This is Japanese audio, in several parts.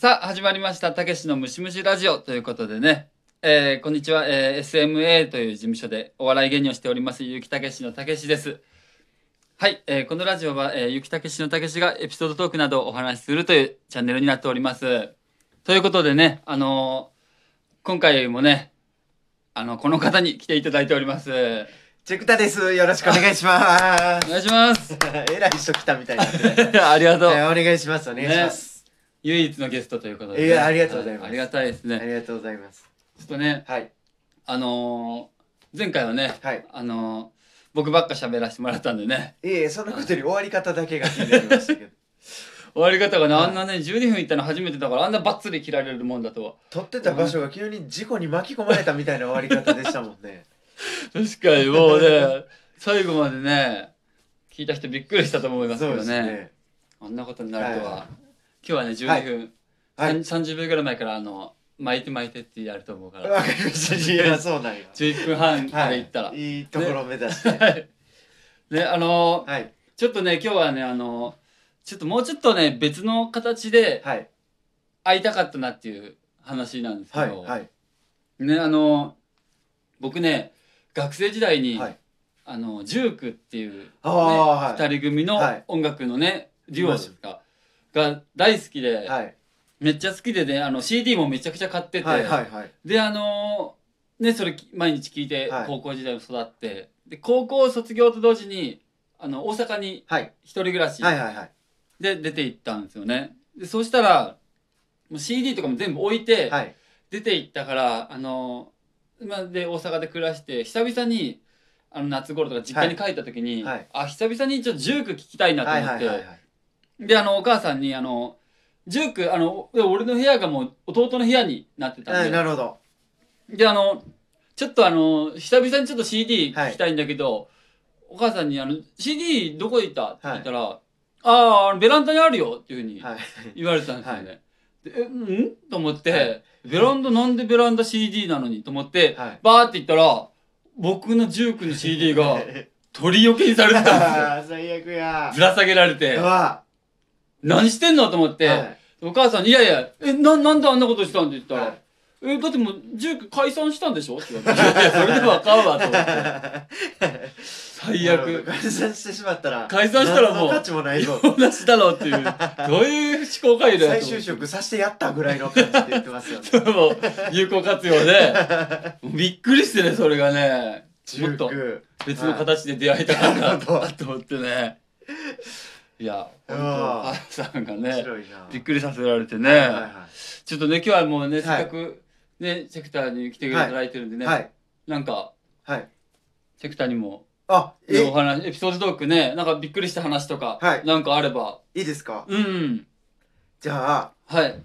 さあ始まりました「たけしのムシムシラジオ」ということでね、えーこんにちは、えー SMA という事務所でお笑い芸人をしておりますゆうきたけしのたけしですはい、えーこのラジオは、えー、ゆきたけしのたけしがエピソードトークなどをお話しするというチャンネルになっておりますということでねあのー今回もねあのこの方に来ていただいておりますチェクタです。よろしくお願いしまおす。願いします えらい人来たみたいになってね。ありがとう、はいお願いします。お願いします。唯一のゲストということでね、いやありがとうございますはありがたいですあねりがとうございます。ちょっとねはい。あのー前回はね、はいあのー僕ばっか喋らせてもらったんでねいえいえ、そんなことより終わり方だけが気になりましたけど。終わり方がねはいあんなね12分いったの初めてだからあんなバッツリ切られるもんだとは撮ってた場所が急に事故に巻き込まれたみたいな終わり方でしたもんね。確 かにもうね最後までね聞いた人びっくりしたと思いますけそうどでねすね。あんなことになるとは、はい今日はね12分、はい。わ30秒ぐらい前からあの巻いて巻いてってやると思うからかりました。いや、そうなんや。 11分半まはでいいったら、。いいところを目指して。ねあのーはい。ちょっとね今日はねあのーちょっともうちょっとね別の形ではい。会いたかったなっていう話なんですけはい。ど、はい。ねあの僕ね学生時代に、はい。あのジュークっていう、ねああー、はい。二人組のはい音楽のね、デュオいでますすかが大好きで、はい。めっちゃ好きでねあの CD もめちゃくちゃ買ってて、はい。はい。はい。であのねそれ毎日聞いてはい高校時代も育って、で高校卒業と同時にあの大阪にはい。一人暮らしはい。はい。はい。で出て行ったんですよね。でそうしたらもう CD とかも全部置いて、はい。出て行ったからあの、まあ、で大阪で暮らして久々にあの夏頃とか実家に帰った時に、はいはいあ久々にちょっとジューク聞きたいなとはい。思はっい。て、はい。であのお母さんにあのジュークあので俺の部屋がもう弟の部屋になってたはいんなで、るほど。であのちょっとあの久々にちょっと CD 聞きたいんだけど、お母さんにあの「CD どこ行った?」って言ったら「あああのベランダにあるよ」っていうふうにはい。言われたんですよね。でえうんと思って、はいベランダなんでベランダ CD なのにと思って、はい。バーって言ったら僕のジュークの CD が取り除けにされてたんです よ。あー 最悪やぶら下げられてうわ何してんのと思って、はいお母さんに「いやいやえななんであんなことしたん?」って言ったら「はいえだってもうジューク解散したんでしょ?」って言われて「いやいやそれでもあかんわ」と思って最なるほ悪ど 解散してしまったら解散したらもう何の価値もないぞ同じだろうっていうどういう思考回路や再と思っ就て。職させてやったぐらいの感じで言ってますよね もう有効活用 でびっくりしてねそれがねもっと19別の形で出会えたかななるほどと思ってねいやう本当母わさんが面ね白いなびっくりさせられてね、はいはちょっとね今日はもうねいせっかくねセクターに来ていただいてるんでいね、はいなんかはいセクターにもあねおえ話エピソードトークねなんかびっくりした話とか、はいなんかあればいいですかうんじゃあはい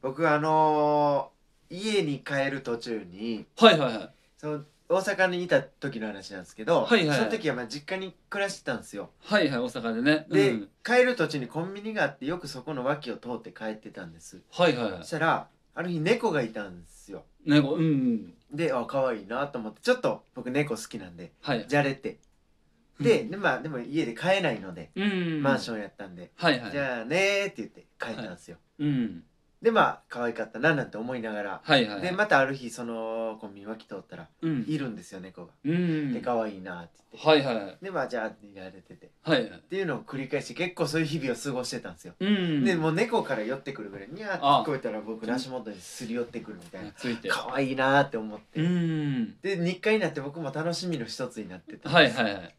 僕あのー家に帰る途中にはいはいはいその大阪にいた時の話なんですけどはそいはいはいの時はまあ実家に暮らしてたんですよはいはい大阪でねうでん、帰る途中にコンビニがあってよくそこの脇を通って帰ってたんですはいはいはいそしたらある日猫がいたんですよ猫うんうんであ可愛いなと思ってちょっと僕猫好きなんではいじゃれてでで,、まあ、でも家で飼えないので、うん、マンションョンやったんで、はいはいじゃあねーって言って帰ったんですよ、うんでまあ可愛かったななんて思いながら、はいはいはいでまたある日そのコンビニ脇通ったらうんいるんですよ猫が、うんで可愛いなって言って、はいはいはいでまあじゃあって言われててっはいはいていうのを繰り返して結構そういう日々を過ごしてたんですよ、うんでもう猫から寄ってくるぐらいにゃーって聞こえたら僕の足元にすり寄ってくるみたいなついて可愛いなーって思って、うんで日課になって僕も楽しみの一つになってたんですはいはいはい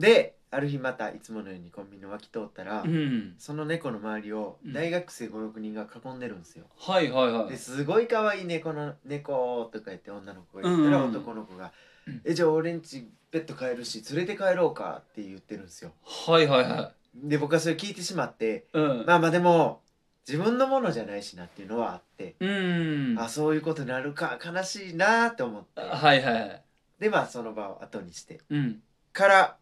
である日またいつものようにコンビニの脇通ったら、うんその猫の周りをうん大学生56人が囲んでるんですよ。はいはいはいですごい可愛い猫の猫とか言って女の子が言ったら、うんうん男の子がうん「えじゃあ俺んちベッド変えるし連れて帰ろうか」って言ってるんですよ。はいはいはいで僕はそれ聞いてしまってうんまあまあでも自分のものじゃないしなっていうのはあって、うんあそういうことになるか悲しいなって思ってはいはいはいでまあその場を後にしてうんから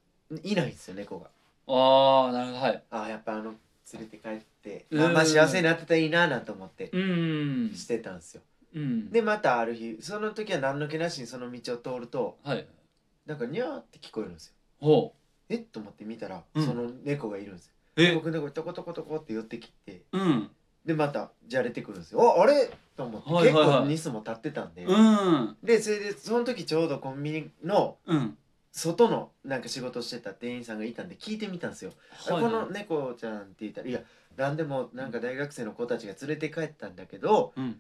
いないんですよ猫が。ああなるほどはいあーやっぱあの連れて帰って、うんまあ、まあ幸せになってたらいいななんて思ってうんしてたんですよ、うんでまたある日その時は何の気なしにその道を通るとはいなんかニャーって聞こえるんですよほえっと思って見たら、うんその猫がいるんですうよえ僕のとことことこって寄ってきてうんでまたじゃれてくるんですよああれと思って、はいはいはい結構ニスも立ってたんで、うんでそれでその時ちょうどコンビニのうん外のなんか仕事してた店員さんがいたんで聞いてみたんですよ、あこの猫ちゃんって言ったらいや何でもなんか大学生の子たちが連れて帰ったんだけどうん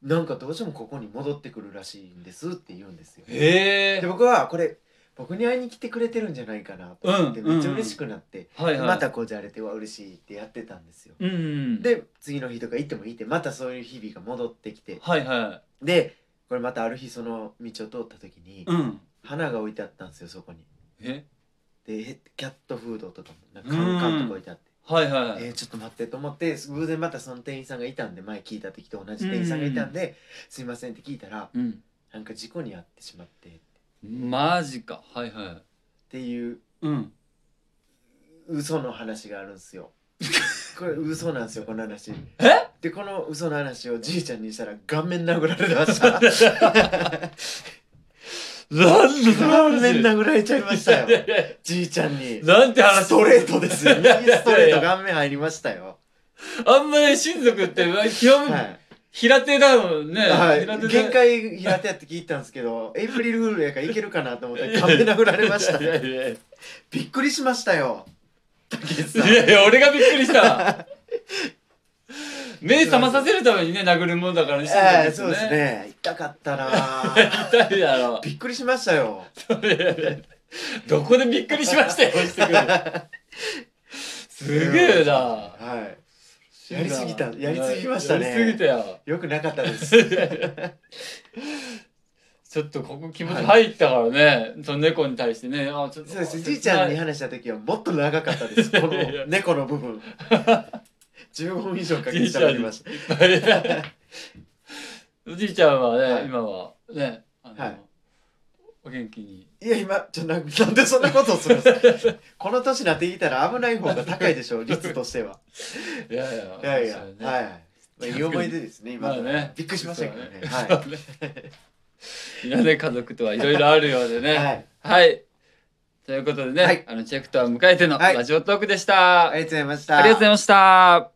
なんかどうしてもここに戻ってくるらしいんですって言うんですよへでえ僕はこれ僕に会いに来てくれてるんじゃないかなと思ってうんうんめっちゃ嬉しくなって、はいはいまたこうじゃれては嬉しいってやってたんですよ、うんで次の日とか行っても行ってまたそういう日々が戻ってきてはいはでこれまたある日その道を通った時にいうん花が置いてあったんですよそこにえでへキャットフードとかもなんかカンカンとか置いてあって。はいはいえー、ちょっと待ってと思って偶然またその店員さんがいたんで前聞いた時と同じ店員さんがいたんで「すいません」って聞いたらうんなんか事故に遭ってしまってっマジかはいはいていううん嘘の話があるんです よこれ嘘なんですよこの話えでこの嘘の話をじいちゃんにしたら顔面殴られました なんで顔面殴られちゃいましたよいやいやじいちゃんになんて話ストレート ですよい右やいやいやストレート顔面入りましたよあんまり親族って極め、はい平手だもんね、はい平手、だ限界平手やって聞いたんですけどエイプリルフールやからいけるかなと思って顔面殴られましたいやいやいびっくりしましたよ竹内さやんいやいや俺がびっくりした 目覚まさせるためにね殴るもんだから親ええ族そうですね痛かったなぁ痛いだろびっくりしましたよどこでびっくりしましたよしてく るすげえなはいやりすぎたやりすぎましたねやりすぎたよよくなかったです ちょっとここ気持ち入ったからね、その猫に対してねあちょっとそうですじいちゃんには話した時はもっと長かったですこのいやいや猫の部分15分以上かけて喋りましたいじいちゃんはね、はい今はねあの、はいお元気にいや今ちょななんでそんなことをするんですかこの年になってきたら危ない方が高いでしょう率としてはいやいやいやいや、そうねはい、まあ、いい思い出ですね今まあのねびっくりしましたけ どね そうねいやね家族とはいろいろあるようでねはい、はい、はい。ということでね、はいあのチェックとは迎えてのはいラジオトークでした。ありがとうございましたありがとうございました。